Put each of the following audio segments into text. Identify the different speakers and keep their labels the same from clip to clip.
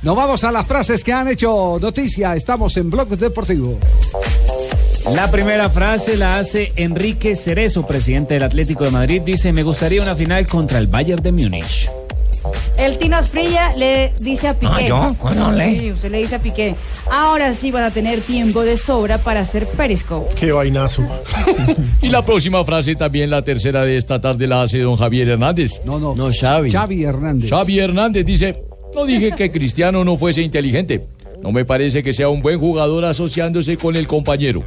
Speaker 1: Nos vamos a las frases que han hecho noticia. Estamos en Blog Deportivo.
Speaker 2: La primera frase la hace Enrique Cerezo, presidente del Atlético de Madrid. Dice, me gustaría una final contra el Bayern de Múnich.
Speaker 3: El Tino Asprilla le dice a Piqué.
Speaker 2: Ah, ¿yo? ¿Cuándo hablé?
Speaker 3: Sí, usted le dice a Piqué. Ahora sí van a tener tiempo de sobra para hacer Periscope.
Speaker 4: Qué vainazo.
Speaker 5: Y la próxima frase, también la tercera de esta tarde, la hace don Javier Hernández.
Speaker 1: No, pues. no.
Speaker 2: No, Xavi.
Speaker 1: Xavi Hernández.
Speaker 5: Xavi Hernández dice, no dije que Cristiano no fuese inteligente. No me parece que sea un buen jugador asociándose con el compañero.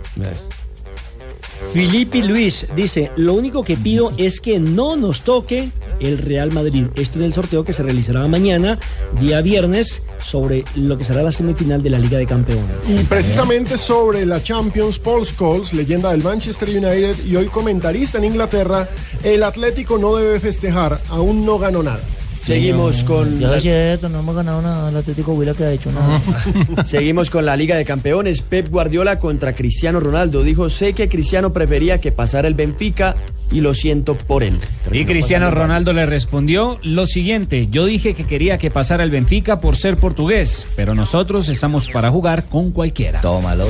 Speaker 6: Filipe Luis dice, lo único que pido es que no nos toque el Real Madrid. Esto en el sorteo que se realizará mañana, día viernes, sobre lo que será la semifinal de la Liga de Campeones.
Speaker 4: Y precisamente sobre la Champions, Paul Scholes, leyenda del Manchester United y hoy comentarista en Inglaterra, el Atlético no debe festejar, aún no ganó nada.
Speaker 7: Seguimos con
Speaker 8: Ya
Speaker 7: la,
Speaker 8: es cierto, no hemos ganado nada. El Atlético Huila que ha hecho nada.
Speaker 1: Ah,
Speaker 7: seguimos con la Liga de Campeones. Pep Guardiola contra Cristiano Ronaldo. Dijo, sé que Cristiano prefería que pasara el Benfica y lo siento por él.
Speaker 2: Y
Speaker 7: Terminó
Speaker 2: Cristiano
Speaker 7: pasando el
Speaker 2: Ronaldo le respondió lo siguiente, yo dije que quería que pasara el Benfica por ser portugués, pero nosotros estamos para jugar con cualquiera.
Speaker 8: Tómalo.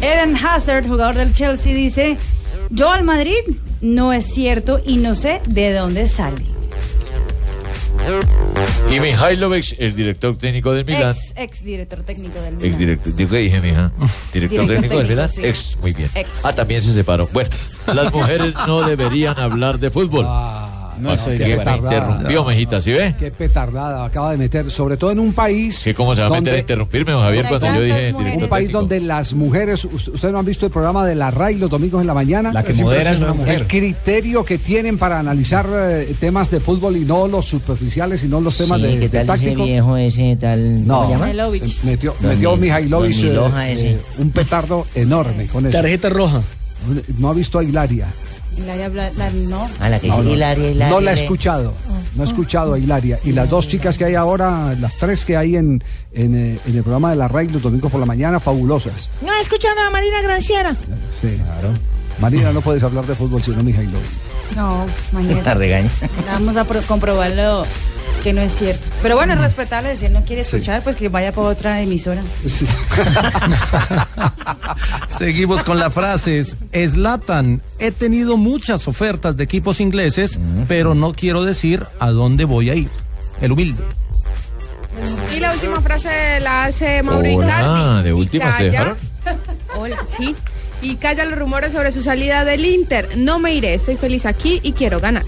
Speaker 3: Eden Hazard, jugador del Chelsea, dice, yo al Madrid no es cierto y no sé de dónde sale.
Speaker 5: Y Mihailovic, el director técnico del Milan.
Speaker 3: Ex, ex director técnico del
Speaker 5: Ex
Speaker 3: Milan.
Speaker 5: director, ¿qué dije, mija? ¿ah? Director
Speaker 3: Director
Speaker 5: técnico del
Speaker 3: técnico,
Speaker 5: Milan.
Speaker 3: sí.
Speaker 5: Ex, muy bien.
Speaker 3: Ex.
Speaker 5: Ah, también se separó. Bueno, las mujeres no deberían hablar de fútbol.
Speaker 1: Ah,
Speaker 2: no soy de
Speaker 5: que me
Speaker 1: acuerdo.
Speaker 5: interrumpió, mejita, ¿sí ve?
Speaker 1: Qué petardada acaba de meter, sobre todo en un país.
Speaker 5: ¿Qué, ¿Cómo se va a meter este a
Speaker 1: donde-
Speaker 5: interrumpirme, don Javier,
Speaker 3: Hay
Speaker 5: cuando yo
Speaker 3: tantas
Speaker 5: dije
Speaker 3: mujeres.
Speaker 5: director
Speaker 1: Un país
Speaker 5: técnico?
Speaker 1: donde las mujeres, us- ustedes no han visto el programa de la RAI los domingos en la mañana.
Speaker 2: La que
Speaker 4: Es
Speaker 2: modera es una
Speaker 1: El
Speaker 2: mujer.
Speaker 1: criterio que tienen para analizar eh, temas de fútbol y no los superficiales y no los temas
Speaker 8: Sí,
Speaker 1: pues, de,
Speaker 8: ¿qué
Speaker 1: de
Speaker 8: tal
Speaker 1: táctico.
Speaker 8: ese viejo ese tal?
Speaker 1: No.
Speaker 8: ¿Cómo se llama?
Speaker 3: Mihailovic.
Speaker 1: Se Metió,
Speaker 8: Don
Speaker 1: metió
Speaker 8: Mi-
Speaker 1: Mihailovic,
Speaker 8: Don
Speaker 1: eh,
Speaker 8: Miloja ese.
Speaker 1: eh, un petardo enorme con eso.
Speaker 6: Tarjeta roja.
Speaker 1: No ha visto a Hilaria.
Speaker 3: Hilaria Bla- la- no.
Speaker 8: A la que dice Hilaria, Hilaria.
Speaker 1: No la he
Speaker 8: le-
Speaker 1: escuchado. No he escuchado a Hilaria. Y las dos chicas que hay ahora, las tres que hay en, en, eh, en el programa de la RAI los domingos por la mañana, fabulosas.
Speaker 8: No he escuchado a Marina Granciera.
Speaker 1: Sí. Claro. Marina, no puedes hablar de fútbol sino Mihailovic.
Speaker 3: No,
Speaker 8: La
Speaker 3: imagínate.
Speaker 8: regaña.
Speaker 3: Vamos a pro- comprobarlo que no es cierto. Pero bueno, es respetable, si él no quiere escuchar, pues que vaya por otra emisora.
Speaker 9: Seguimos con las frases. Slatan, he tenido muchas ofertas de equipos ingleses, pero no quiero decir a dónde voy a ir. El humilde.
Speaker 10: Y la última frase la hace Mauro
Speaker 5: Hola,
Speaker 10: Icardi.
Speaker 5: de
Speaker 10: Y
Speaker 5: últimas te
Speaker 10: calla-
Speaker 5: dejaron.
Speaker 10: Hola, sí. Y calla los rumores sobre su salida del Inter. No me iré, estoy feliz aquí y quiero ganar.